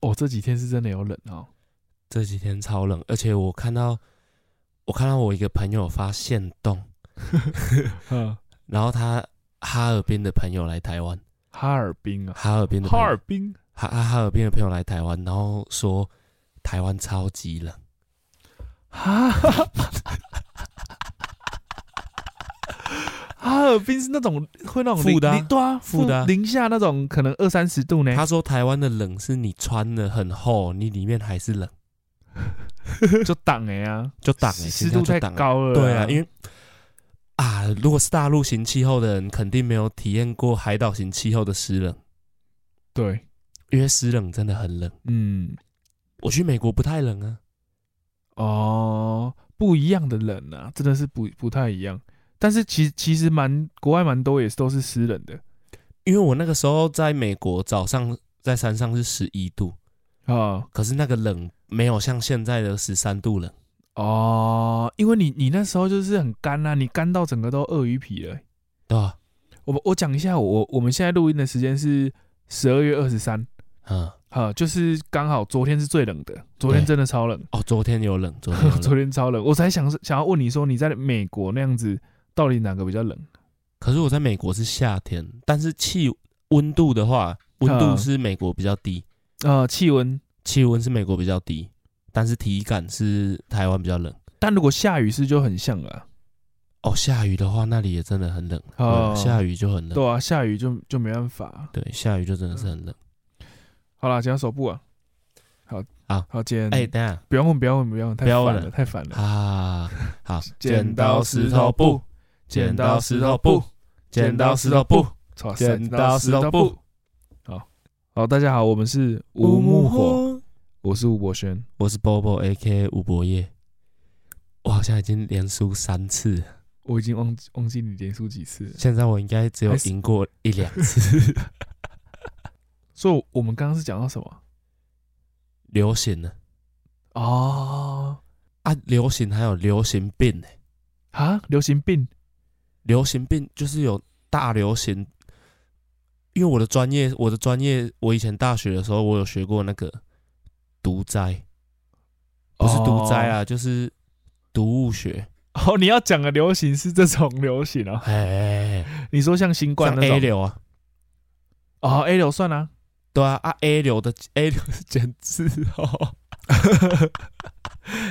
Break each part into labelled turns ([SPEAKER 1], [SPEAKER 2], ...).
[SPEAKER 1] 哦，这几天是真的有冷哦。
[SPEAKER 2] 这几天超冷，而且我看到我看到我一个朋友发现动，
[SPEAKER 1] 嗯，
[SPEAKER 2] 然后他哈尔滨的朋友来台湾，
[SPEAKER 1] 哈尔滨啊，
[SPEAKER 2] 哈尔滨的
[SPEAKER 1] 哈
[SPEAKER 2] 朋友
[SPEAKER 1] 尔滨
[SPEAKER 2] 哈啊哈尔滨的朋友来台湾，然后说台湾超级冷，
[SPEAKER 1] 哈， 哈尔滨是那种会那种零
[SPEAKER 2] 负的啊
[SPEAKER 1] 零对啊，
[SPEAKER 2] 负的啊
[SPEAKER 1] 零下那种可能二三十度呢，
[SPEAKER 2] 他说台湾的冷是你穿的很厚，你里面还是冷，
[SPEAKER 1] 就挡哎啊，
[SPEAKER 2] 就挡欸
[SPEAKER 1] 湿
[SPEAKER 2] 现在
[SPEAKER 1] 度
[SPEAKER 2] 就
[SPEAKER 1] 太
[SPEAKER 2] 挡欸
[SPEAKER 1] 高了，
[SPEAKER 2] 对啊，因
[SPEAKER 1] 为
[SPEAKER 2] 为啊，如果是大陆型气候的人，肯定没有体验过海岛型气候的湿冷，
[SPEAKER 1] 对，
[SPEAKER 2] 因为湿冷真的很冷。
[SPEAKER 1] 嗯，
[SPEAKER 2] 我去美国不太冷啊，
[SPEAKER 1] 哦，不一样的冷啊，真的是不不太一样。但是其其实蛮国外蛮多也是都是湿冷的
[SPEAKER 2] 因为我那个时候在美国早上在山上是十一度，
[SPEAKER 1] 啊
[SPEAKER 2] 可是那个冷没有像现在的十三度冷。
[SPEAKER 1] 哦，因为你你那时候就是很干啊，你干到整个都鳄鱼皮了欸、
[SPEAKER 2] 对吧？
[SPEAKER 1] 我们我讲一下，我我们现在录音的时间是十二月二十三，
[SPEAKER 2] 嗯，
[SPEAKER 1] 哈，就是刚好昨天是最冷的，昨天
[SPEAKER 2] 对
[SPEAKER 1] 真的超冷，
[SPEAKER 2] 哦，昨天有冷，昨 天有
[SPEAKER 1] 昨
[SPEAKER 2] 冷。
[SPEAKER 1] 天超冷，我才想想要问你说你在美国那样子到底哪个比较冷？
[SPEAKER 2] 可是我在美国是夏天，但是气温度的话，温度
[SPEAKER 1] 嗯
[SPEAKER 2] 是美国比较低，
[SPEAKER 1] 呃，气温，
[SPEAKER 2] 气温是美国比较低，但是体感是台湾比较冷。
[SPEAKER 1] 但如果下雨是就很像了啊、
[SPEAKER 2] 哦，下雨的话，那里也真的很冷，
[SPEAKER 1] 哦
[SPEAKER 2] 对下雨就很冷，
[SPEAKER 1] 对啊，下雨就就没办法。
[SPEAKER 2] 对，下雨就真的是很冷。
[SPEAKER 1] 好啦，讲到手部啊，好，
[SPEAKER 2] 好
[SPEAKER 1] 好，今天
[SPEAKER 2] 哎、等一下
[SPEAKER 1] 不要问，不要问，不要问，太
[SPEAKER 2] 不要
[SPEAKER 1] 烦
[SPEAKER 2] 问
[SPEAKER 1] 了，
[SPEAKER 2] 了
[SPEAKER 1] 太烦了。
[SPEAKER 2] 啊，好，
[SPEAKER 1] 剪刀石头布，
[SPEAKER 2] 剪刀石头布，剪刀石头布，
[SPEAKER 1] 操，
[SPEAKER 2] 剪刀石头布。
[SPEAKER 1] 好，好，大家好，我们是吴木火，，我是吴博轩。
[SPEAKER 2] 我是 Bobo A K 吴博业，我好像已经连输三次了，
[SPEAKER 1] 我已经忘记忘记你连输几次了，
[SPEAKER 2] 现在我应该只有
[SPEAKER 1] 还是
[SPEAKER 2] 赢过一两次，
[SPEAKER 1] 所以我们刚刚是讲到什么？
[SPEAKER 2] 流行了
[SPEAKER 1] 哦，
[SPEAKER 2] 啊，流行还有流行病呢、
[SPEAKER 1] 啊，流行病
[SPEAKER 2] 流行病就是有大流行，因为我的专业，我的专业，我以前大学的时候，我有学过那个毒灾，不是毒灾
[SPEAKER 1] 哦
[SPEAKER 2] 啊，就是毒物学，
[SPEAKER 1] 哦。哦，你要讲的流行是这种流行啊？
[SPEAKER 2] 哎哎，哎
[SPEAKER 1] 你说像新冠
[SPEAKER 2] 像
[SPEAKER 1] 那
[SPEAKER 2] A
[SPEAKER 1] 种？
[SPEAKER 2] 流啊，
[SPEAKER 1] 哦，A 流算啊。
[SPEAKER 2] 对啊啊 A 流的 A 流是简字哦，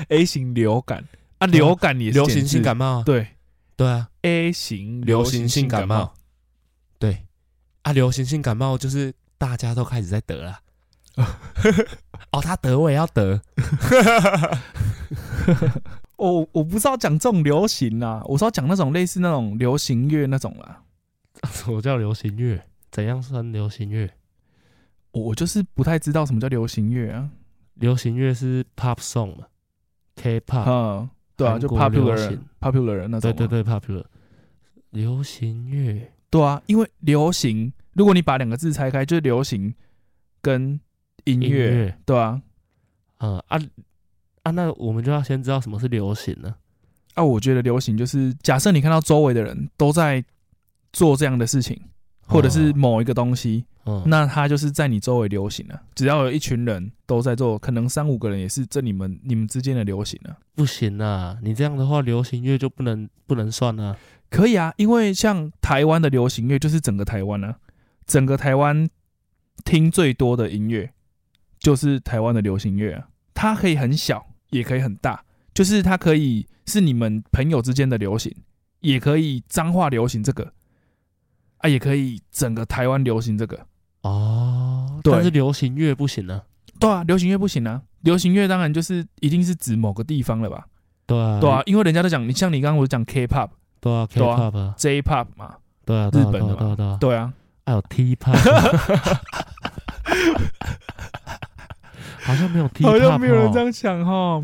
[SPEAKER 1] A 型流感啊，流感也是
[SPEAKER 2] 嗯流行
[SPEAKER 1] 简
[SPEAKER 2] 性
[SPEAKER 1] 字
[SPEAKER 2] 感冒啊，
[SPEAKER 1] 对
[SPEAKER 2] 对啊，
[SPEAKER 1] A 型
[SPEAKER 2] 流行性
[SPEAKER 1] 性
[SPEAKER 2] 感
[SPEAKER 1] 冒
[SPEAKER 2] 冒，对啊，流行性感冒就是大家都开始在得了。哦，他得我也要得，
[SPEAKER 1] 哦，我不知道讲这种流行啦，我是要讲那种类似那种流行乐那种啦。
[SPEAKER 2] 我叫流行乐，怎样算流行乐？
[SPEAKER 1] 我我就是不太知道什么叫流行乐啊。
[SPEAKER 2] 流行乐是 pop song 嘛，K-pop，、
[SPEAKER 1] 嗯，对啊，
[SPEAKER 2] 韩
[SPEAKER 1] 就
[SPEAKER 2] 国流
[SPEAKER 1] popular
[SPEAKER 2] 行
[SPEAKER 1] popular 那种
[SPEAKER 2] 对
[SPEAKER 1] 啊。
[SPEAKER 2] 对对，popular。流行乐
[SPEAKER 1] 对啊，因为流行，如果你把两个字拆开，就是流行跟音
[SPEAKER 2] 音
[SPEAKER 1] 乐，
[SPEAKER 2] 乐，
[SPEAKER 1] 对啊。
[SPEAKER 2] 嗯啊啊，那我们就要先知道什么是流行呢、
[SPEAKER 1] 啊，我觉得流行就是，假设你看到周围的人都在做这样的事情，
[SPEAKER 2] 哦
[SPEAKER 1] 或者是某一个东西，
[SPEAKER 2] 嗯，
[SPEAKER 1] 那它就是在你周围流行了、只要有一群人都在做，可能三五个人也是这你们你们之间的流行了、
[SPEAKER 2] 不行啊，你这样的话，流行乐就不能不能算啊。
[SPEAKER 1] 可以啊，因为像台湾的流行乐就是整个台湾啊，整个台湾听最多的音乐就是台湾的流行乐啊。它可以很小，也可以很大，就是它可以是你们朋友之间的流行，也可以脏话流行这个，啊，也可以整个台湾流行这个。
[SPEAKER 2] 哦，
[SPEAKER 1] 对
[SPEAKER 2] 但是流行乐不行啊。
[SPEAKER 1] 对啊，流行乐不行啊，流行乐当然就是一定是指某个地方了吧？
[SPEAKER 2] 对啊，
[SPEAKER 1] 对啊，因为人家都讲，你像你刚刚我讲 K-pop、
[SPEAKER 2] 对啊
[SPEAKER 1] 对啊
[SPEAKER 2] ，K-pop 啊，
[SPEAKER 1] J-pop 嘛，
[SPEAKER 2] 对啊，
[SPEAKER 1] 日本的嘛
[SPEAKER 2] 对啊，对啊，对啊
[SPEAKER 1] 对啊，
[SPEAKER 2] 还有 T-pop，好像没有 T-pop，
[SPEAKER 1] 好像没有人
[SPEAKER 2] 哦
[SPEAKER 1] 这样想哈，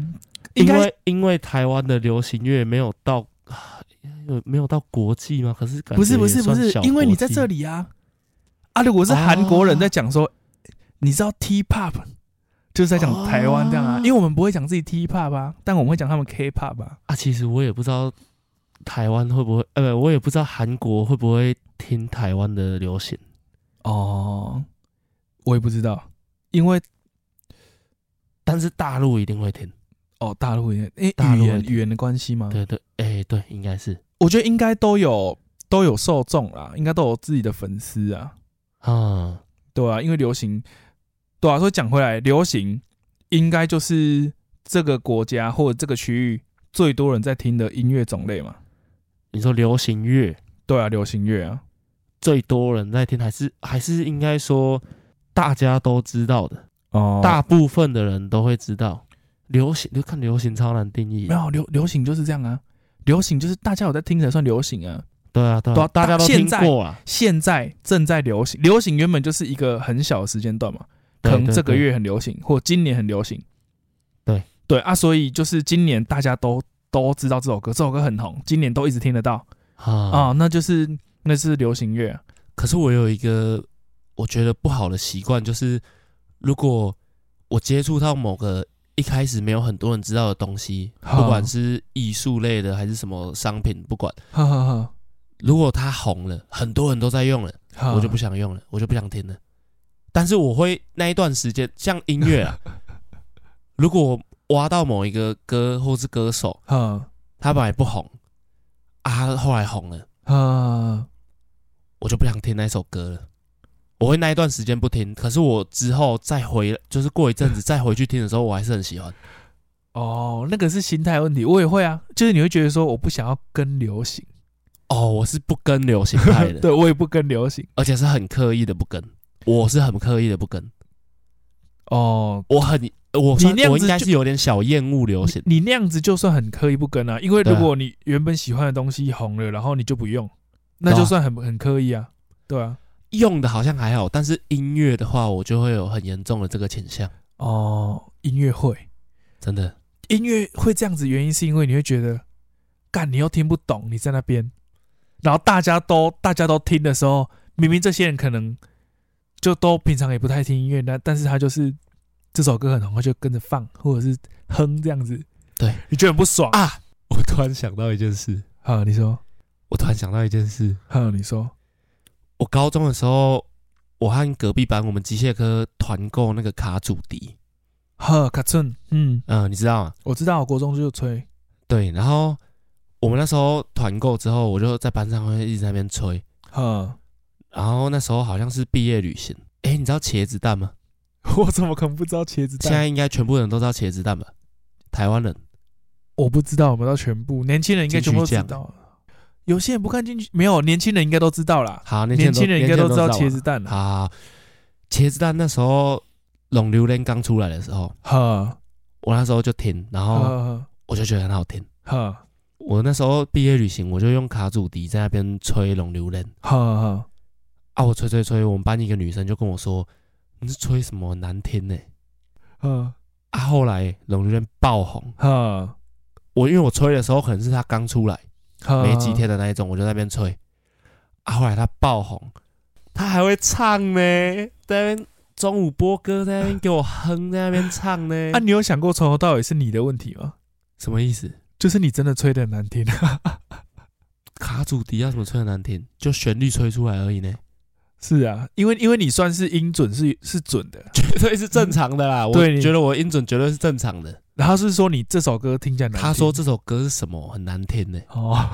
[SPEAKER 1] 应
[SPEAKER 2] 因
[SPEAKER 1] 该
[SPEAKER 2] 为因为台湾的流行乐没有到，啊有没有到国际吗？可是感觉
[SPEAKER 1] 不是不是
[SPEAKER 2] 也
[SPEAKER 1] 不
[SPEAKER 2] 算
[SPEAKER 1] 是
[SPEAKER 2] 小，
[SPEAKER 1] 因为你
[SPEAKER 2] 国
[SPEAKER 1] 在
[SPEAKER 2] 际
[SPEAKER 1] 这里啊啊！如果是韩国人在讲说，你知道 T-pop 就是在讲台湾这样啊，
[SPEAKER 2] 哦
[SPEAKER 1] 因为我们不会讲自己 T-pop 啊，但我们会讲他们 K-pop 啊。
[SPEAKER 2] 啊，其实我也不知道台湾会不会，呃，我也不知道韩国会不会听台湾的流行。
[SPEAKER 1] 哦，我也不知道，因为
[SPEAKER 2] 但是大陆一定会听。
[SPEAKER 1] 哦，大陆也，因为
[SPEAKER 2] 大
[SPEAKER 1] 语
[SPEAKER 2] 陆
[SPEAKER 1] 言
[SPEAKER 2] 也
[SPEAKER 1] 语言的关系吗？
[SPEAKER 2] 对对，哎，对，应该是
[SPEAKER 1] 我觉得应该都有都有受众啦，应该都有自己的粉丝啊，
[SPEAKER 2] 啊，
[SPEAKER 1] 对啊，因为流行，对啊，所以讲回来，流行应该就是这个国家或者这个区域最多人在听的音乐种类嘛，
[SPEAKER 2] 你说流行乐
[SPEAKER 1] 对啊，流行乐啊，
[SPEAKER 2] 最多人在听，还是还是应该说大家都知道的，
[SPEAKER 1] 哦
[SPEAKER 2] 大部分的人都会知道。流行就看流行超难定义
[SPEAKER 1] 没，有流流行就是这样啊，流行就是大家有在听才算流行啊，
[SPEAKER 2] 对啊对
[SPEAKER 1] 对啊
[SPEAKER 2] 啊，大家都
[SPEAKER 1] 现
[SPEAKER 2] 听
[SPEAKER 1] 在
[SPEAKER 2] 过啊，
[SPEAKER 1] 现在正在流行，流行原本就是一个很小的时间段嘛，可
[SPEAKER 2] 对
[SPEAKER 1] 能
[SPEAKER 2] 对
[SPEAKER 1] 这个
[SPEAKER 2] 对
[SPEAKER 1] 月很流行，或今年很流行。
[SPEAKER 2] 对
[SPEAKER 1] 对啊，所以就是今年大家都都知道这首歌，这首歌很红，今年都一直听得到
[SPEAKER 2] 啊
[SPEAKER 1] 啊、那就是那是流行乐啊、
[SPEAKER 2] 可是我有一个我觉得不好的习惯，就是如果我接触到某个一开始没有很多人知道的东西，
[SPEAKER 1] 哈
[SPEAKER 2] 不管是艺术类的还是什么商品，不管
[SPEAKER 1] 哈哈
[SPEAKER 2] 如果它红了，很多人都在用了，
[SPEAKER 1] 哈，
[SPEAKER 2] 我就不想用了，我就不想听了。但是我会那一段时间，像音 乐啊，如果我挖到某一个歌或是歌手，
[SPEAKER 1] 哈
[SPEAKER 2] 他本来不红啊，他后来红了，
[SPEAKER 1] 哈
[SPEAKER 2] 我就不想听那首歌了。我会那一段时间不听，可是我之后再回，就是过一阵子再回去听的时候，我还是很喜欢。
[SPEAKER 1] 哦，那个是心态问题，我也会啊，就是你会觉得说我不想要跟流行，
[SPEAKER 2] 哦，我是不跟流行派的，
[SPEAKER 1] 对我也不跟流行
[SPEAKER 2] 而且是很刻意的不跟。我是很刻意的不跟，
[SPEAKER 1] 哦。
[SPEAKER 2] 我很我算
[SPEAKER 1] 你那样子
[SPEAKER 2] 我应该
[SPEAKER 1] 就是
[SPEAKER 2] 有点小厌恶流行。
[SPEAKER 1] 你你那样子就算很刻意不跟啊，因为
[SPEAKER 2] 对
[SPEAKER 1] 如
[SPEAKER 2] 啊
[SPEAKER 1] 果你原本喜欢的东西红了，然后你就不用，那
[SPEAKER 2] 对啊
[SPEAKER 1] 就算很很刻意啊，对啊。
[SPEAKER 2] 用的好像还好，但是音乐的话，我就会有很严重的这个倾向，
[SPEAKER 1] 哦，音乐会，
[SPEAKER 2] 真的。
[SPEAKER 1] 音乐会这样子，原因是因为你会觉得，干你又听不懂，你在那边，然后大家都大家都听的时候，明明这些人可能就都平常也不太听音乐，但但是他就是这首歌很红，他就跟着放或者是哼这样子，
[SPEAKER 2] 对
[SPEAKER 1] 你就很不爽啊
[SPEAKER 2] 啊，我突然想到一件事，
[SPEAKER 1] 好，你说，
[SPEAKER 2] 我突然想到一件事，
[SPEAKER 1] 好，你说，
[SPEAKER 2] 我高中的时候，我和隔壁班我们机械科团购那个卡祖笛，
[SPEAKER 1] 呵，卡顿，嗯，
[SPEAKER 2] 嗯、你知道吗？
[SPEAKER 1] 我知道，我国中就吹，
[SPEAKER 2] 对，然后我们那时候团购之后，我就在班上会一直在那边吹，
[SPEAKER 1] 呵，
[SPEAKER 2] 然后那时候好像是毕业旅行，诶，你知道茄子蛋吗？
[SPEAKER 1] 我怎么可能不知道茄子
[SPEAKER 2] 现
[SPEAKER 1] 蛋？
[SPEAKER 2] 在应该全部人都知道茄子蛋吧？台湾人
[SPEAKER 1] 我不知道有没有到全部，年轻人应该全部都知
[SPEAKER 2] 金曲奖
[SPEAKER 1] 道。有些人不看进去，没有年轻人应该都知道啦。
[SPEAKER 2] 好，那些
[SPEAKER 1] 年
[SPEAKER 2] 人都
[SPEAKER 1] 轻人应该
[SPEAKER 2] 年
[SPEAKER 1] 都
[SPEAKER 2] 轻
[SPEAKER 1] 知道茄
[SPEAKER 2] 吧
[SPEAKER 1] 子蛋啦。
[SPEAKER 2] 啊，茄子蛋那时候龙榴莲刚出来的时候，
[SPEAKER 1] 呵
[SPEAKER 2] 我那时候就听，然后
[SPEAKER 1] 呵
[SPEAKER 2] 我就觉得很好听。
[SPEAKER 1] 呵
[SPEAKER 2] 我那时候毕业旅行，我就用卡祖笛在那边吹龙榴莲
[SPEAKER 1] 呵呵，
[SPEAKER 2] 啊，我吹吹吹，我们班一个女生就跟我说：“你是吹什么难听呢、欸
[SPEAKER 1] 呵
[SPEAKER 2] 啊，后来龙榴莲爆红，
[SPEAKER 1] 呵
[SPEAKER 2] 我因为我吹的时候可能是它刚出来
[SPEAKER 1] 呵，
[SPEAKER 2] 没几天的那一种，我就在那边吹。啊，后来它爆红，它还会唱呢，在那边中午播歌，在那边给我哼，在那边唱呢。
[SPEAKER 1] 啊，你有想过从头到尾是你的问题吗？
[SPEAKER 2] 什么意思？
[SPEAKER 1] 就是你真的吹的很难听啊
[SPEAKER 2] 卡祖笛要怎么吹的难听？就旋律吹出来而已呢，
[SPEAKER 1] 是啊，因为因为你算是音准是是准的，
[SPEAKER 2] 绝 对是正常的啦。我
[SPEAKER 1] 对你
[SPEAKER 2] 觉得我音准绝对是正常的。
[SPEAKER 1] 然后是说你这首歌听起来难听。
[SPEAKER 2] 他说这首歌是什么很难听呢？
[SPEAKER 1] 哦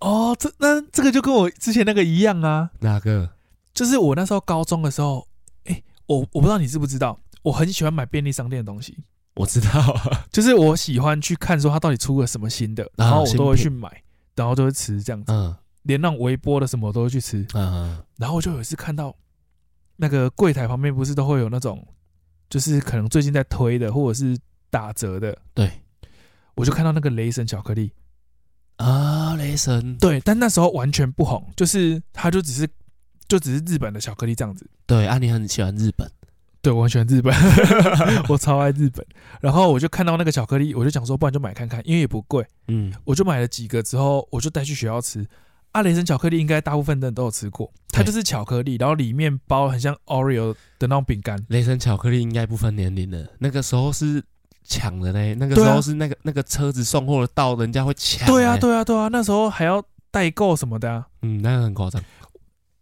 [SPEAKER 1] 哦，这那这个就跟我之前那个一样啊。
[SPEAKER 2] 哪个？
[SPEAKER 1] 就是我那时候高中的时候，哎、我我不知道你知不知道，我很喜欢买便利商店的东西，
[SPEAKER 2] 我知道，啊
[SPEAKER 1] 就是我喜欢去看说它到底出了什么新的，然后我
[SPEAKER 2] 新
[SPEAKER 1] 都会
[SPEAKER 2] 品
[SPEAKER 1] 去买，然后都会吃这样子，
[SPEAKER 2] 嗯
[SPEAKER 1] 连那种微波的什么我都会去吃。
[SPEAKER 2] 嗯
[SPEAKER 1] 然后我就有一次看到那个柜台旁边不是都会有那种，就是可能最近在推的或者是打折的，
[SPEAKER 2] 对
[SPEAKER 1] 我就看到那个雷神巧克力，
[SPEAKER 2] 啊，雷神，
[SPEAKER 1] 对，但那时候完全不红，就是它就只是就只是日本的巧克力这样子。
[SPEAKER 2] 对啊，你很喜欢日本，
[SPEAKER 1] 对，我很喜欢日本， 我超爱日本。然后我就看到那个巧克力，我就想说，不然就买看看，因为也不贵，
[SPEAKER 2] 嗯，
[SPEAKER 1] 我就买了几个之后，我就带去学校吃。阿雷神巧克力应该大部分的人都有吃过，它
[SPEAKER 2] 对
[SPEAKER 1] 就是巧克力，然后里面包很像 Oreo 的那种饼干。
[SPEAKER 2] 雷神巧克力应该不分年龄的，那个时候是抢的嘞，那个
[SPEAKER 1] 对
[SPEAKER 2] 时
[SPEAKER 1] 啊
[SPEAKER 2] 候是那个那个车子送货的到人家会抢，
[SPEAKER 1] 对啊，，对啊，对啊，那时候还要代购什么的、啊，
[SPEAKER 2] 嗯，那个很夸张，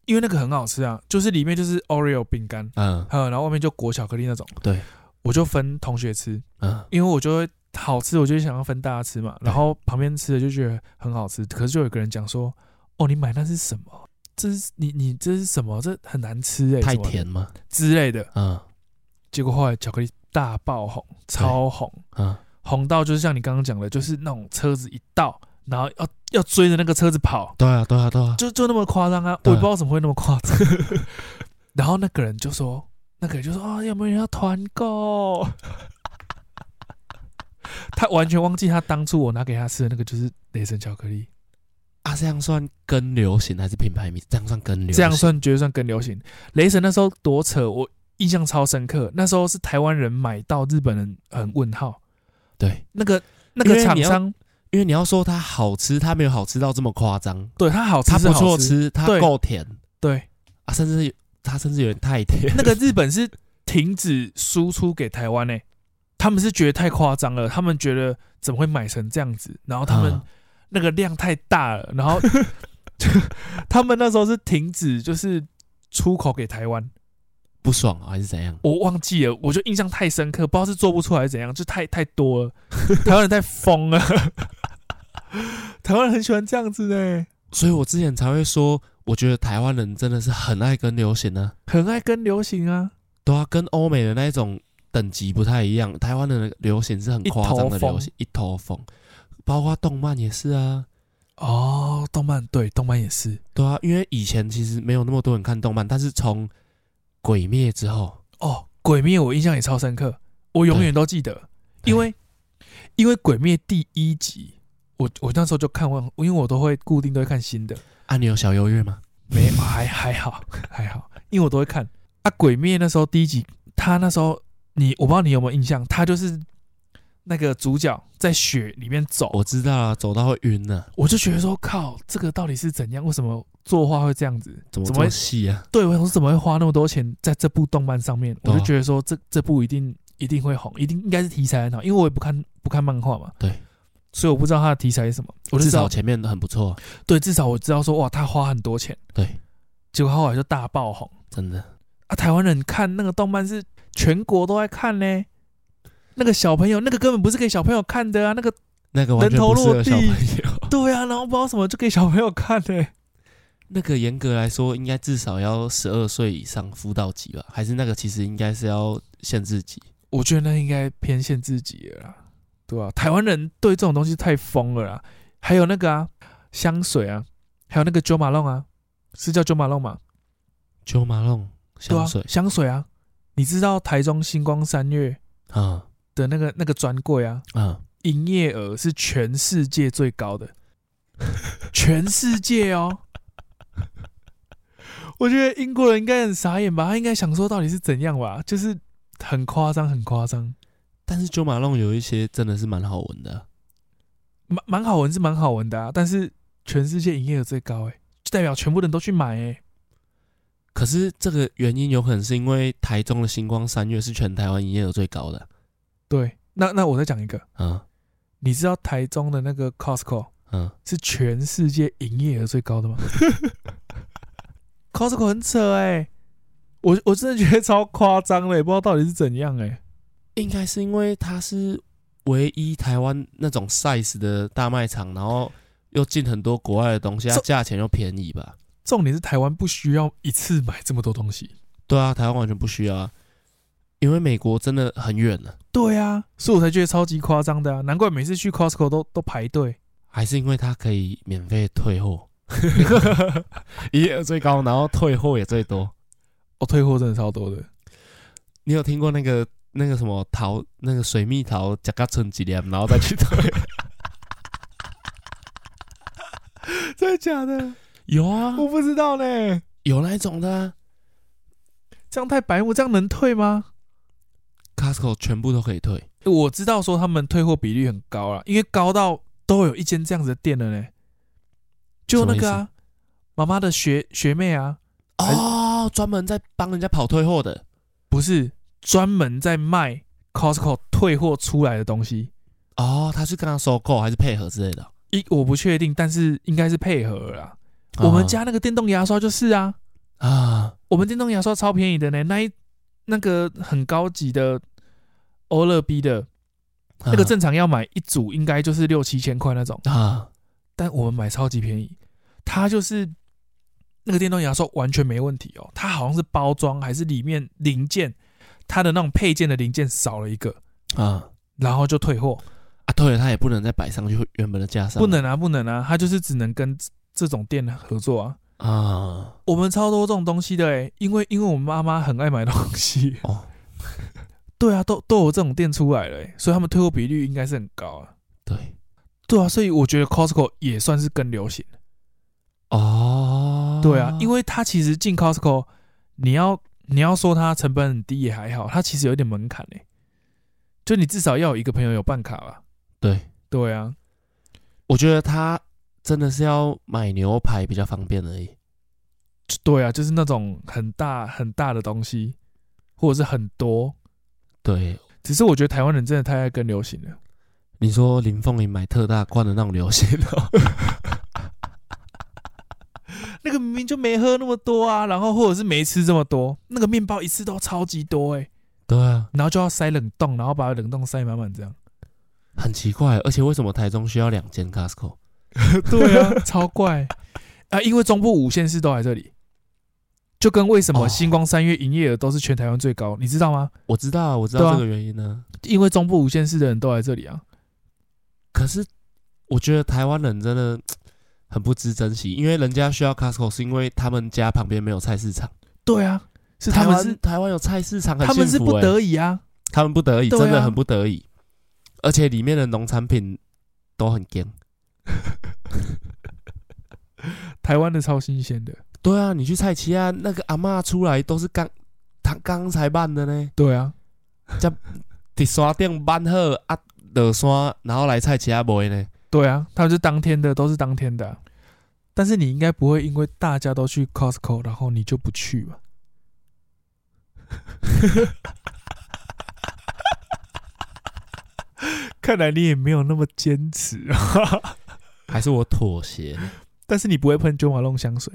[SPEAKER 1] 因为那个很好吃啊，就是里面就是 Oreo 饼干，
[SPEAKER 2] 嗯，
[SPEAKER 1] 还有然后外面就裹巧克力那种。
[SPEAKER 2] 对，
[SPEAKER 1] 我就分同学吃，
[SPEAKER 2] 嗯，
[SPEAKER 1] 因为我就会好吃，我就想要分大家吃嘛。然后旁边吃的就觉得很好吃，可是就有个人讲说：“哦，你买那是什么？这是你你这是什么？这很难吃哎、
[SPEAKER 2] 太
[SPEAKER 1] 什么
[SPEAKER 2] 甜嘛，
[SPEAKER 1] 之类的。
[SPEAKER 2] 嗯”
[SPEAKER 1] 结果后来巧克力大爆红，超红，
[SPEAKER 2] 嗯，
[SPEAKER 1] 红到就是像你刚刚讲的，就是那种车子一到，然后要要追着那个车子跑，
[SPEAKER 2] 对啊，对啊，对啊，
[SPEAKER 1] 就就那么夸张啊！我
[SPEAKER 2] 对
[SPEAKER 1] 也不知道怎么会那么夸张。然后那个人就说，那个人就说啊，有没有人要团购？ 他完全忘记他当初我拿给他吃的那个就是雷神巧克力，
[SPEAKER 2] 啊，这样算跟流行还是品牌名？这样算跟流行？
[SPEAKER 1] 这样算绝对算更流行。雷神那时候多扯，我印象超深刻。那时候是台湾人买到日本人很问号，
[SPEAKER 2] 对，
[SPEAKER 1] 那个那
[SPEAKER 2] 因
[SPEAKER 1] 个
[SPEAKER 2] 为
[SPEAKER 1] 厂
[SPEAKER 2] 你要
[SPEAKER 1] 商
[SPEAKER 2] 因为你要说它好吃，它没有好吃到这么夸张，
[SPEAKER 1] 对他哦好吃
[SPEAKER 2] 它
[SPEAKER 1] 是
[SPEAKER 2] 不
[SPEAKER 1] 好
[SPEAKER 2] 错吃，它
[SPEAKER 1] 对
[SPEAKER 2] 够甜
[SPEAKER 1] 对
[SPEAKER 2] 啊，甚至有它甚至有点太 甜。嗯
[SPEAKER 1] 那个日本是停止输出给台湾呢、欸他们是觉得太夸张了，他们觉得怎么会买成这样子？然后哦他们
[SPEAKER 2] 嗯
[SPEAKER 1] 那个量太大了，然 后他们那时候是停止就是出口给台湾，
[SPEAKER 2] 不爽啊，还是怎样？
[SPEAKER 1] 我忘记了，我就印象太深刻，不知道是做不出来还是怎样，就太太多了，台湾人太疯了， 台湾人很喜欢这样子呢、欸
[SPEAKER 2] 所以我之前才会说，我觉得台湾人真的是很爱跟流行呢、
[SPEAKER 1] 很爱跟流行啊，
[SPEAKER 2] 对啊，跟欧美的那一种等级不太一样。台湾的流行是很夸张的
[SPEAKER 1] 一头风
[SPEAKER 2] 流行，一头风，包括动漫也是啊。
[SPEAKER 1] 哦，动漫对，动漫也是
[SPEAKER 2] 对啊，因为以前其实没有那么多人看动漫，但是从《鬼灭》之后，
[SPEAKER 1] 哦，鬼灭我印象也超深刻，我永远都记得。因为因为《鬼灭》第一集，我我那时候就看完，因为我都会固定都会看新的，
[SPEAKER 2] 啊，你有小优越吗？
[SPEAKER 1] 没有还还好还好，因为我都会看啊。《鬼灭》那时候第一集，他那时候你我不知道你有没有印象，他就是那个主角在雪里面走，
[SPEAKER 2] 我知道啊，走到会晕呢、
[SPEAKER 1] 我就觉得说靠，这个到底是怎样？为什么作画会这样子？
[SPEAKER 2] 怎么
[SPEAKER 1] 怎
[SPEAKER 2] 这
[SPEAKER 1] 么会
[SPEAKER 2] 么细啊？
[SPEAKER 1] 对，我想说怎么会花那么多钱在这部动漫上面？我
[SPEAKER 2] 对啊
[SPEAKER 1] 就觉得说这这部一定一定会红，一定应该是题材很好，因为我也不看不看漫画嘛，
[SPEAKER 2] 对，
[SPEAKER 1] 所以我不知道它的题材是什么。我就
[SPEAKER 2] 至
[SPEAKER 1] 知道
[SPEAKER 2] 少前面很不错，
[SPEAKER 1] 对，至少我知道说哇，他花很多钱，
[SPEAKER 2] 对，
[SPEAKER 1] 结果后来就大爆红
[SPEAKER 2] 真的。
[SPEAKER 1] 啊！台湾人看那个动漫是全国都在看呢，那个小朋友那个根本不是给小朋友看的啊，那个
[SPEAKER 2] 那个完
[SPEAKER 1] 人
[SPEAKER 2] 全
[SPEAKER 1] 头
[SPEAKER 2] 不适合
[SPEAKER 1] 落地
[SPEAKER 2] 小朋友。
[SPEAKER 1] 对啊，然后不知道什么就给小朋友看呢。
[SPEAKER 2] 那个严格来说，应该至少要十二岁以上辅导级吧？还是那个其实应该是要限制级？
[SPEAKER 1] 我觉得那应该偏限自己了啦，对啊，台湾人对这种东西太疯了啦。还有那个啊，香水啊，还有那个九马龙啊，是叫九马龙吗？
[SPEAKER 2] 九马龙
[SPEAKER 1] 对
[SPEAKER 2] 香
[SPEAKER 1] 啊
[SPEAKER 2] 水，
[SPEAKER 1] 香水啊。你知道台中星光三月
[SPEAKER 2] 啊
[SPEAKER 1] 的那个那个专柜啊，
[SPEAKER 2] 啊，
[SPEAKER 1] 营业额是全世界最高 的，全世界哦。我觉得英国人应该很傻眼吧，他应该想说到底是怎样吧，就是很夸张，很夸张，
[SPEAKER 2] 但是九马龙有一些真的是蛮好闻的啊、
[SPEAKER 1] 蛮蛮好闻是蛮好闻的啊，但是全世界营业额最高哎、就代表全部人都去买哎、
[SPEAKER 2] 可是这个原因有可能是因为台中的星光三月是全台湾营业额最高的
[SPEAKER 1] 对，那那我再讲一个，
[SPEAKER 2] 啊，
[SPEAKER 1] 你知道台中的那个 Costco
[SPEAKER 2] 嗯
[SPEAKER 1] 是全世界营业额最高 的吗？Costco 很扯哎、我我真的觉得超夸张的、欸也不知道到底是怎样哎、
[SPEAKER 2] 应该是因为它是唯一台湾那种 size 的大卖场，然后又进很多国外的东西，它
[SPEAKER 1] 这
[SPEAKER 2] 价钱又便宜吧？
[SPEAKER 1] 重点是台湾不需要一次买这么多东西。
[SPEAKER 2] 对啊，台湾完全不需要啊，因为美国真的很远呢、
[SPEAKER 1] 对啊，所以我才觉得超级夸张的啊，难怪每次去 Costco 都都排队。
[SPEAKER 2] 还是因为它可以免费退 货，营业额最高，然后退货也最多。
[SPEAKER 1] 哦，退货真的超多的。
[SPEAKER 2] 你有听过那个那个什么桃那个水蜜桃加嘎存几粒，然后再去退？
[SPEAKER 1] 真的假的？
[SPEAKER 2] 有啊
[SPEAKER 1] 我不知道呢。
[SPEAKER 2] 有那一种的、啊、
[SPEAKER 1] 这样太白目，这样能退吗？
[SPEAKER 2] ，Costco 全部都可以退。
[SPEAKER 1] 我知道说他们退货比率很高啦，因为高到都有一间这样子的店了呢。就那个
[SPEAKER 2] 什么
[SPEAKER 1] 啊，妈妈的学学妹啊，还是
[SPEAKER 2] 哦，专门在帮人家跑退货的
[SPEAKER 1] 不是专门在卖 Costco 退货出来的东西。
[SPEAKER 2] 哦，他是跟他收购还是配合之类的？
[SPEAKER 1] 一我不确定，但是应该是配合了啦。我们家那个电动牙刷就是啊，
[SPEAKER 2] 啊，
[SPEAKER 1] 我们电动牙刷超便宜的呢，那一那个很高级的欧乐 B 的那个正常要买一组，应该就是六七千块那种，
[SPEAKER 2] 啊，
[SPEAKER 1] 但我们买超级便宜，它就是那个电动牙刷完全没问题哦，它好像是包装还是里面零件，它的那种配件的零件少了一个，
[SPEAKER 2] 啊啊
[SPEAKER 1] 然后就退货，
[SPEAKER 2] 啊！对了，它也不能再摆上去原本的架上，
[SPEAKER 1] 不能啊，不能啊，它就是只能跟这这种店合作啊。
[SPEAKER 2] 啊
[SPEAKER 1] 我们超多这种东西的哎、因为因为我们妈妈很爱买东西，
[SPEAKER 2] 哦。
[SPEAKER 1] 对啊，都都有这种店出来了欸、所以他们退货比率应该是很高啊。
[SPEAKER 2] 对
[SPEAKER 1] 对啊，所以我觉得 Costco 也算是跟流行。
[SPEAKER 2] 哦，
[SPEAKER 1] 对啊，因为它其实进 Costco，你要你要说它成本很低也还好，它其实有一点门槛嘞、就你至少要有一个朋友有办卡吧。
[SPEAKER 2] 对，
[SPEAKER 1] 对啊，
[SPEAKER 2] 我觉得他真的是要买牛排比较方便而已。
[SPEAKER 1] 就对啊，就是那种很大很大的东西，或者是很多。
[SPEAKER 2] 对，
[SPEAKER 1] 只是我觉得台湾人真的太爱跟流行了。
[SPEAKER 2] 你说林凤营买特大罐的那种流行哦，
[SPEAKER 1] 那个明明就没喝那么多啊，然后或者是没吃这么多，那个面包一次都超级多哎、
[SPEAKER 2] 对啊，
[SPEAKER 1] 然后就要塞冷冻，然后把冷冻塞满满这样。
[SPEAKER 2] 很奇怪，而且为什么台中需要两间 Costco？
[SPEAKER 1] 对啊，超怪啊！因为中部五县市都来这里，就跟为什么
[SPEAKER 2] 哦
[SPEAKER 1] 星光三月营业额都是全台湾最高，你知道吗？
[SPEAKER 2] 我知道啊，我知
[SPEAKER 1] 对
[SPEAKER 2] 道
[SPEAKER 1] 啊
[SPEAKER 2] 这个原因呢、
[SPEAKER 1] 因为中部五县市的人都来这里啊。
[SPEAKER 2] 可是我觉得台湾人真的很不知珍惜，因为人家需要 Costco 是因为他们家旁边没有菜市场，
[SPEAKER 1] 对啊，是他
[SPEAKER 2] 台
[SPEAKER 1] 们
[SPEAKER 2] 湾
[SPEAKER 1] 是
[SPEAKER 2] 台湾有菜市场，很
[SPEAKER 1] 他们是
[SPEAKER 2] 幸福
[SPEAKER 1] 不
[SPEAKER 2] 欸
[SPEAKER 1] 得已啊。
[SPEAKER 2] 他们不得已，
[SPEAKER 1] 对啊
[SPEAKER 2] 真的很不得已，而且里面的农产品都很干。
[SPEAKER 1] 台湾的超新鲜的，
[SPEAKER 2] 对啊，你去菜奇啊，那个阿嬷出来都是刚，他刚才办的呢，
[SPEAKER 1] 对啊，
[SPEAKER 2] 伫山顶办好啊，落山然后来菜奇啊买呢。
[SPEAKER 1] 对啊，他们是当天的，都是当天的啊、但是你应该不会因为大家都去 Costco，然后你就不去吧？ 看来你也没有那么坚持 啊。
[SPEAKER 2] 还是我妥协？
[SPEAKER 1] 但是你不会喷九马龙香水，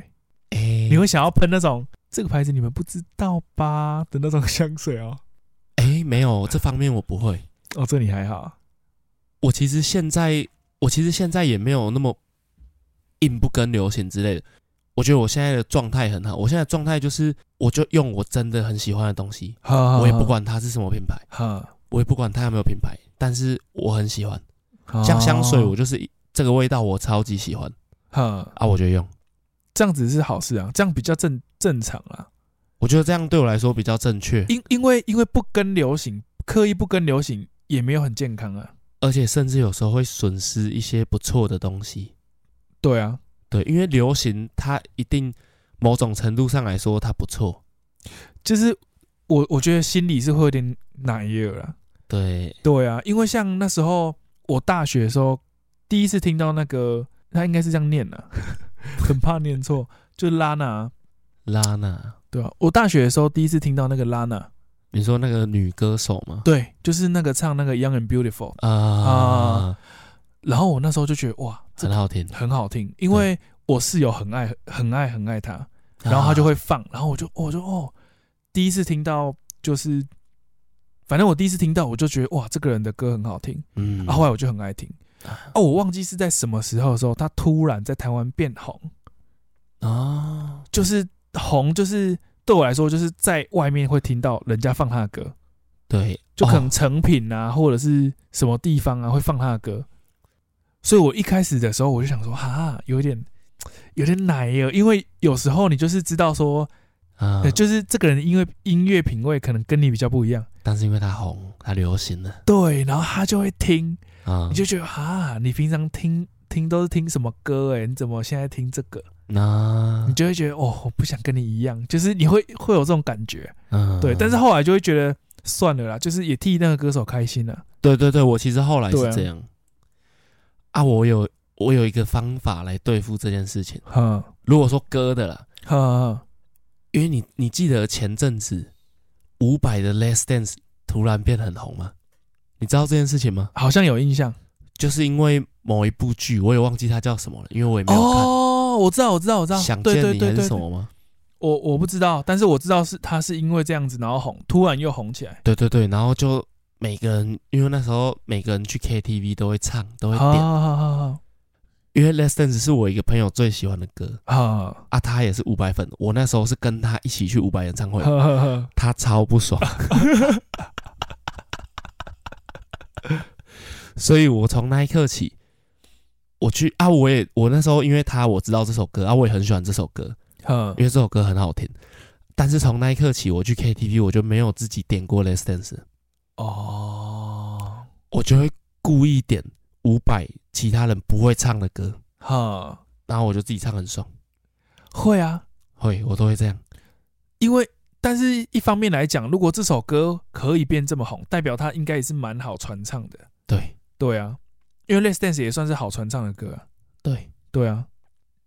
[SPEAKER 2] 哎、
[SPEAKER 1] 你会想要喷那种这个牌子你们不知道吧的那种香水哦。
[SPEAKER 2] 哎、没有这方面我不会。
[SPEAKER 1] 哦，这你还好啊，
[SPEAKER 2] 我其实现在，我其实现在也没有那么硬不跟流行之类的。我觉得我现在的状态很好，我现在的状态就是，我就用我真的很喜欢的东西，
[SPEAKER 1] 哈
[SPEAKER 2] 我也不，管它是什么品牌，
[SPEAKER 1] 哈，
[SPEAKER 2] 我也不管它有没有品牌，但是我很喜欢。像香
[SPEAKER 1] 啊
[SPEAKER 2] 水，我就是一这个味道我超级喜欢
[SPEAKER 1] 哈，
[SPEAKER 2] 啊，我就用。
[SPEAKER 1] 这样子是好事啊，这样比较正正常啊。
[SPEAKER 2] 我觉得这样对我来说比较正确，
[SPEAKER 1] 因因为因为不跟流行，刻意不跟流行也没有很健康啊。
[SPEAKER 2] 而且甚至有时候会损失一些不错的东西。
[SPEAKER 1] 对啊，
[SPEAKER 2] 对，因为流行它一定某种程度上来说它不错。
[SPEAKER 1] 就是我我觉得心里是会有点奶油啦。
[SPEAKER 2] 对，
[SPEAKER 1] 对啊，因为像那时候我大学的时候，第一次听到那个，他应该是这样念的、 很怕念错，就拉娜，啊
[SPEAKER 2] 拉娜，
[SPEAKER 1] 对啊，我大学的时候第一次听到那个拉娜，
[SPEAKER 2] 你说那个女歌手吗？
[SPEAKER 1] 对，就是那个唱那个 Young and Beautiful，
[SPEAKER 2] 啊、
[SPEAKER 1] 啊然后我那时候就觉得哇，这
[SPEAKER 2] 很好听。
[SPEAKER 1] 很好听，因为我室友很爱很爱很爱他，然
[SPEAKER 2] 啊
[SPEAKER 1] 后他就会放，然后我就、我就哦，第一次听到就是，反正我第一次听到我就觉得哇，这个人的歌很好听，
[SPEAKER 2] 嗯，
[SPEAKER 1] 啊，后来我就很爱听。
[SPEAKER 2] 啊
[SPEAKER 1] 哦，我忘记是在什么时候的时候，他突然在台湾变红，
[SPEAKER 2] 啊，
[SPEAKER 1] 就是红，就是对我来说，就是在外面会听到人家放他的歌，
[SPEAKER 2] 对，
[SPEAKER 1] 就可能
[SPEAKER 2] 哦
[SPEAKER 1] 成品啊，或者是什么地方啊会放他的歌，所以我一开始的时候我就想说，哈，有点有点奶油，因为有时候你就是知道说，
[SPEAKER 2] 啊
[SPEAKER 1] 呃，就是这个人因为音乐品味可能跟你比较不一样，
[SPEAKER 2] 但是因为它红，它流行了
[SPEAKER 1] 对，然后他就会听，
[SPEAKER 2] 啊，
[SPEAKER 1] 你就觉得哈，你平常听听都是听什么歌、欸，你怎么现在听这个？
[SPEAKER 2] 那
[SPEAKER 1] 你就会觉得哦，我不想跟你一样，就是你会会有这种感觉，
[SPEAKER 2] 嗯
[SPEAKER 1] 对。但是后来就会觉得算了啦，就是也替那个歌手开心了、
[SPEAKER 2] 对对对，我其实后来
[SPEAKER 1] 对啊
[SPEAKER 2] 是这样。啊我有我有一个方法来对付这件事情。
[SPEAKER 1] 哈
[SPEAKER 2] 如果说歌的啦，
[SPEAKER 1] 哈哈，
[SPEAKER 2] 因为你你记得前阵子伍佰的《Last Dance》突然变很红吗？你知道这件事情吗？
[SPEAKER 1] 好像有印象
[SPEAKER 2] 就是因为某一部剧，我也忘记它叫什么了，因为我也没有看。
[SPEAKER 1] 哦，我知道，我知道，我知道，
[SPEAKER 2] 想
[SPEAKER 1] 对
[SPEAKER 2] 见
[SPEAKER 1] 对
[SPEAKER 2] 你还
[SPEAKER 1] 对
[SPEAKER 2] 是
[SPEAKER 1] 对
[SPEAKER 2] 什，么吗？
[SPEAKER 1] 我我不知道，但是我知道是他是因为这样子然后红，突然又红起来，
[SPEAKER 2] 对对对，然后就每个人，因为那时候每个人去 KTV 都会唱，都会
[SPEAKER 1] 好
[SPEAKER 2] 点。
[SPEAKER 1] 好好好
[SPEAKER 2] 因为 Less Dance 是我一个朋友最喜欢的歌
[SPEAKER 1] 好
[SPEAKER 2] 啊，他也是伍佰粉。我那时候是跟他一起去伍佰演唱会，
[SPEAKER 1] 啊好，
[SPEAKER 2] 他超不爽。所以我从那一刻起，我去啊，我也我那时候因为他我知道这首歌啊，我也很喜欢这首歌，
[SPEAKER 1] 好
[SPEAKER 2] 因为这首歌很好听。但是从那一刻起，我去 KTV 我就没有自己点过 Less Dance，
[SPEAKER 1] 哦，
[SPEAKER 2] 我就会故意点伍佰其他人不会唱的歌，
[SPEAKER 1] 好
[SPEAKER 2] 然后我就自己唱很爽。
[SPEAKER 1] 会啊，
[SPEAKER 2] 会，我都会这样。
[SPEAKER 1] 因为但是一方面来讲，如果这首歌可以变这么红，代表它应该也是蛮好传唱的。
[SPEAKER 2] 对
[SPEAKER 1] 对啊，因为《Let's Dance》也算是好传唱的歌、啊。
[SPEAKER 2] 对，
[SPEAKER 1] 对啊，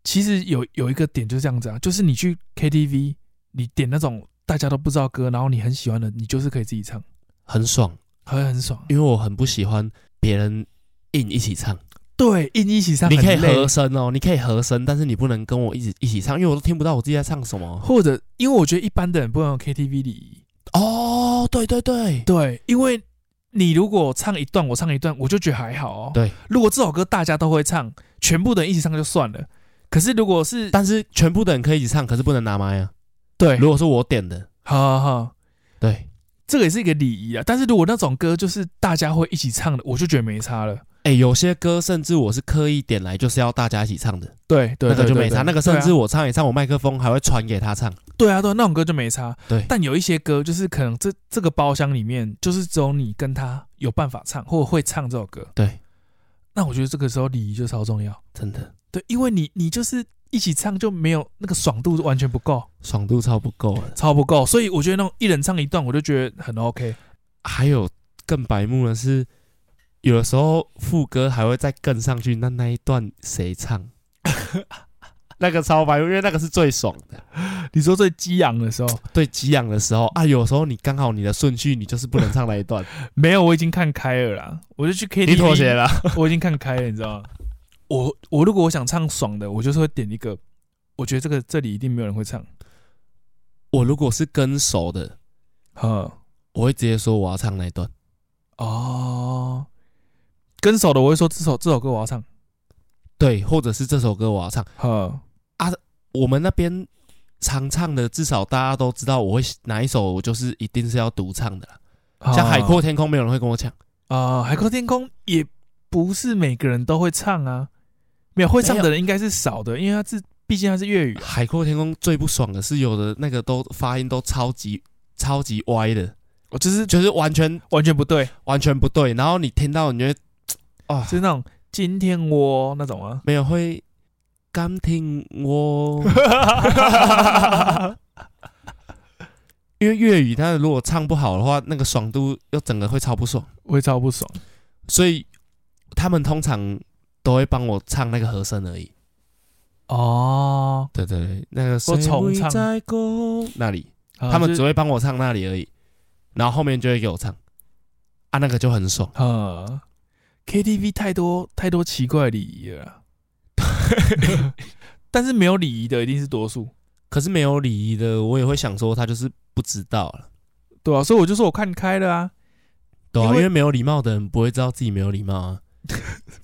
[SPEAKER 1] 其实有有一个点就是这样子啊，就是你去 KTV，你点那种大家都不知道歌，然后你很喜欢的，你就是可以自己唱，
[SPEAKER 2] 很爽，
[SPEAKER 1] 很很爽。
[SPEAKER 2] 因为我很不喜欢别人硬一起唱。
[SPEAKER 1] 对，硬一起唱
[SPEAKER 2] 你
[SPEAKER 1] 很
[SPEAKER 2] 可以
[SPEAKER 1] 累
[SPEAKER 2] 和声哦，你可以和声，但是你不能跟我一起一起唱，因为我都听不到我自己在唱什么。
[SPEAKER 1] 或者因为我觉得一般的人不能有 KTV 礼仪。
[SPEAKER 2] 哦，对对对，
[SPEAKER 1] 对，因为你如果唱一段，我唱一段，我就觉得还好哦。
[SPEAKER 2] 对，
[SPEAKER 1] 如果这首歌大家都会唱，全部的人一起唱就算了。可是如果是
[SPEAKER 2] 但是全部的人可以一起唱，可是不能拿麦啊。
[SPEAKER 1] 对，
[SPEAKER 2] 如果是我点的，
[SPEAKER 1] 好好好，
[SPEAKER 2] 对，
[SPEAKER 1] 这个也是一个礼仪啊。但是如果那种歌就是大家会一起唱的，我就觉得没差了。
[SPEAKER 2] 哎，有些歌甚至我是刻意点来就是要大家一起唱的，
[SPEAKER 1] 对对
[SPEAKER 2] 那个
[SPEAKER 1] 对
[SPEAKER 2] 就
[SPEAKER 1] 对
[SPEAKER 2] 没差。
[SPEAKER 1] 对
[SPEAKER 2] 那个甚
[SPEAKER 1] 对啊
[SPEAKER 2] 至我唱一唱，我麦克风还会传给他唱。
[SPEAKER 1] 对啊，对啊那种歌就没差。
[SPEAKER 2] 对
[SPEAKER 1] 但有一些歌就是可能这这个包厢里面就是只有你跟他有办法唱，或者会唱这首歌。
[SPEAKER 2] 对，
[SPEAKER 1] 那我觉得这个时候礼仪就超重要。
[SPEAKER 2] 真的
[SPEAKER 1] 对，因为你你就是一起唱就没有那个爽度完全不够，
[SPEAKER 2] 爽度超不够的。
[SPEAKER 1] 超不够。所以我觉得那种一人唱一段，我就觉得很 OK。
[SPEAKER 2] 还有更白目的是，有的时候副歌还会再更上去，那那一段谁唱？ 那个超白目，因为那个是最爽的。
[SPEAKER 1] 你说最激昂的时候，
[SPEAKER 2] 对，激昂的时候啊，有时候你刚好你的顺序，你就是不能唱那一段，
[SPEAKER 1] 没有，我已经看开了啦。我就去 KTV，
[SPEAKER 2] 你妥协，了。
[SPEAKER 1] 我已经看开了，你知道吗？我我如果我想唱爽的，我就是会点一个，我觉得这个这里一定没有人会唱。
[SPEAKER 2] 我如果是跟熟的，
[SPEAKER 1] 呵，
[SPEAKER 2] 我会直接说我要唱那一段。
[SPEAKER 1] 哦，跟手的我会说这首这首歌我要唱。
[SPEAKER 2] 对，或者是这首歌我要唱。
[SPEAKER 1] 呵，
[SPEAKER 2] 我们那边常唱的，至少大家都知道我会哪一首，我就是一定是要独唱的啦。像《海阔天空》，没有人会跟我抢。
[SPEAKER 1] 啊、海阔天空也不是每个人都会唱啊，没有会唱的人应该是少的，因为它是毕竟它是粤语。
[SPEAKER 2] 啊海阔天空最不爽的是，有的那个都发音都超级超级歪的，
[SPEAKER 1] 我就是
[SPEAKER 2] 就是完全
[SPEAKER 1] 完全不对，
[SPEAKER 2] 完全不对。然后你听到，你觉得啊，，
[SPEAKER 1] 就是那种今天我那种啊
[SPEAKER 2] 没有会敢听我，因为粤语它如果唱不好的话，那个爽度又整个会超不爽。
[SPEAKER 1] 会超不爽。
[SPEAKER 2] 所以他们通常都会帮我唱那个和声而已。
[SPEAKER 1] 哦，
[SPEAKER 2] 对对对，那个
[SPEAKER 1] 我重唱
[SPEAKER 2] 谁会在过那里，
[SPEAKER 1] 啊
[SPEAKER 2] 他们
[SPEAKER 1] 就是
[SPEAKER 2] 只会帮我唱那里而已，然后后面就会给我唱啊，那个就很爽。
[SPEAKER 1] 呃 KTV 太多太多奇怪的礼仪了 啦，但是没有礼仪的一定是多数，
[SPEAKER 2] 可是没有礼仪的，我也会想说他就是不知道了，
[SPEAKER 1] 对啊，所以我就说我看开了啊，
[SPEAKER 2] 对啊，
[SPEAKER 1] 因
[SPEAKER 2] 因
[SPEAKER 1] 为
[SPEAKER 2] 为没有礼貌的人不会知道自己没有礼貌啊。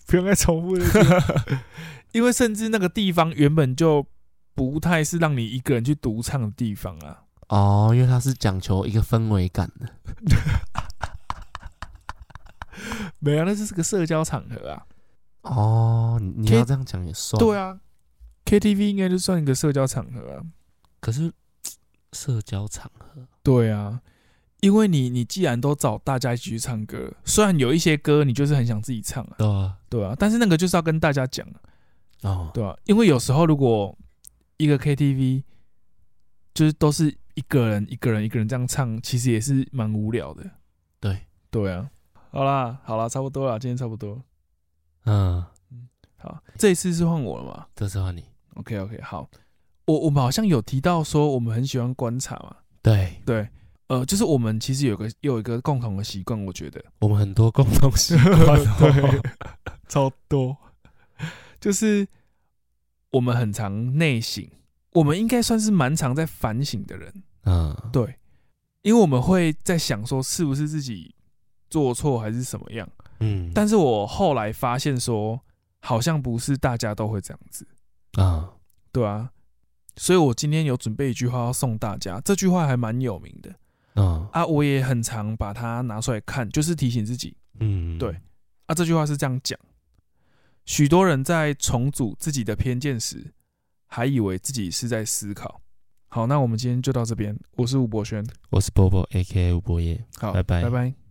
[SPEAKER 1] 不用再重复了， 因为甚至那个地方原本就不太是让你一个人去独唱的地方啊。
[SPEAKER 2] 哦，因为他是讲求一个氛围感的。
[SPEAKER 1] 没有，那就是个社交场合啊。
[SPEAKER 2] 哦，你你
[SPEAKER 1] 可以
[SPEAKER 2] 要这样讲也算。
[SPEAKER 1] 对
[SPEAKER 2] 啊，
[SPEAKER 1] 啊，KTV 应该就算一个社交场合啊。
[SPEAKER 2] 可是嘖社交场合，
[SPEAKER 1] 对啊，因为你你既然都找大家一起去唱歌，虽然有一些歌你就是很想自己唱啊，
[SPEAKER 2] 对啊，
[SPEAKER 1] 对啊，但是那个就是要跟大家讲啊，
[SPEAKER 2] 哦，
[SPEAKER 1] 对啊，因为有时候如果一个 KTV 就是都是一个人一个人一个人这样唱，其实也是蛮无聊的。
[SPEAKER 2] 对，
[SPEAKER 1] 对啊，好啦，好啦，差不多啦，今天差不多。
[SPEAKER 2] 嗯，
[SPEAKER 1] 好，这一次是换我了嘛
[SPEAKER 2] 这是换你。
[SPEAKER 1] ？OK OK，好，我我们好像有提到说我们很喜欢观察嘛，
[SPEAKER 2] 对
[SPEAKER 1] 对，呃，就是我们其实有个有一个共同的习惯，我觉得
[SPEAKER 2] 我们很多共同习惯哦，
[SPEAKER 1] 对，超多，就是我们很常内省，我们应该算是蛮常在反省的人，
[SPEAKER 2] 嗯，
[SPEAKER 1] 对，因为我们会在想说是不是自己做错还是什么样。
[SPEAKER 2] 嗯，
[SPEAKER 1] 但是我后来发现说，好像不是大家都会这样子，
[SPEAKER 2] 啊，
[SPEAKER 1] 对啊。所以我今天有准备一句话要送大家，这句话还蛮有名的
[SPEAKER 2] 啊，
[SPEAKER 1] 啊，我也很常把它拿出来看，就是提醒自己
[SPEAKER 2] 嗯，
[SPEAKER 1] 对啊。这句话是这样讲：许多人在重组自己的偏见时，还以为自己是在思考。好，那我们今天就到这边，我是吴博轩，
[SPEAKER 2] 我是波波 A K A 吴博业，
[SPEAKER 1] 好，
[SPEAKER 2] 拜拜
[SPEAKER 1] 拜拜。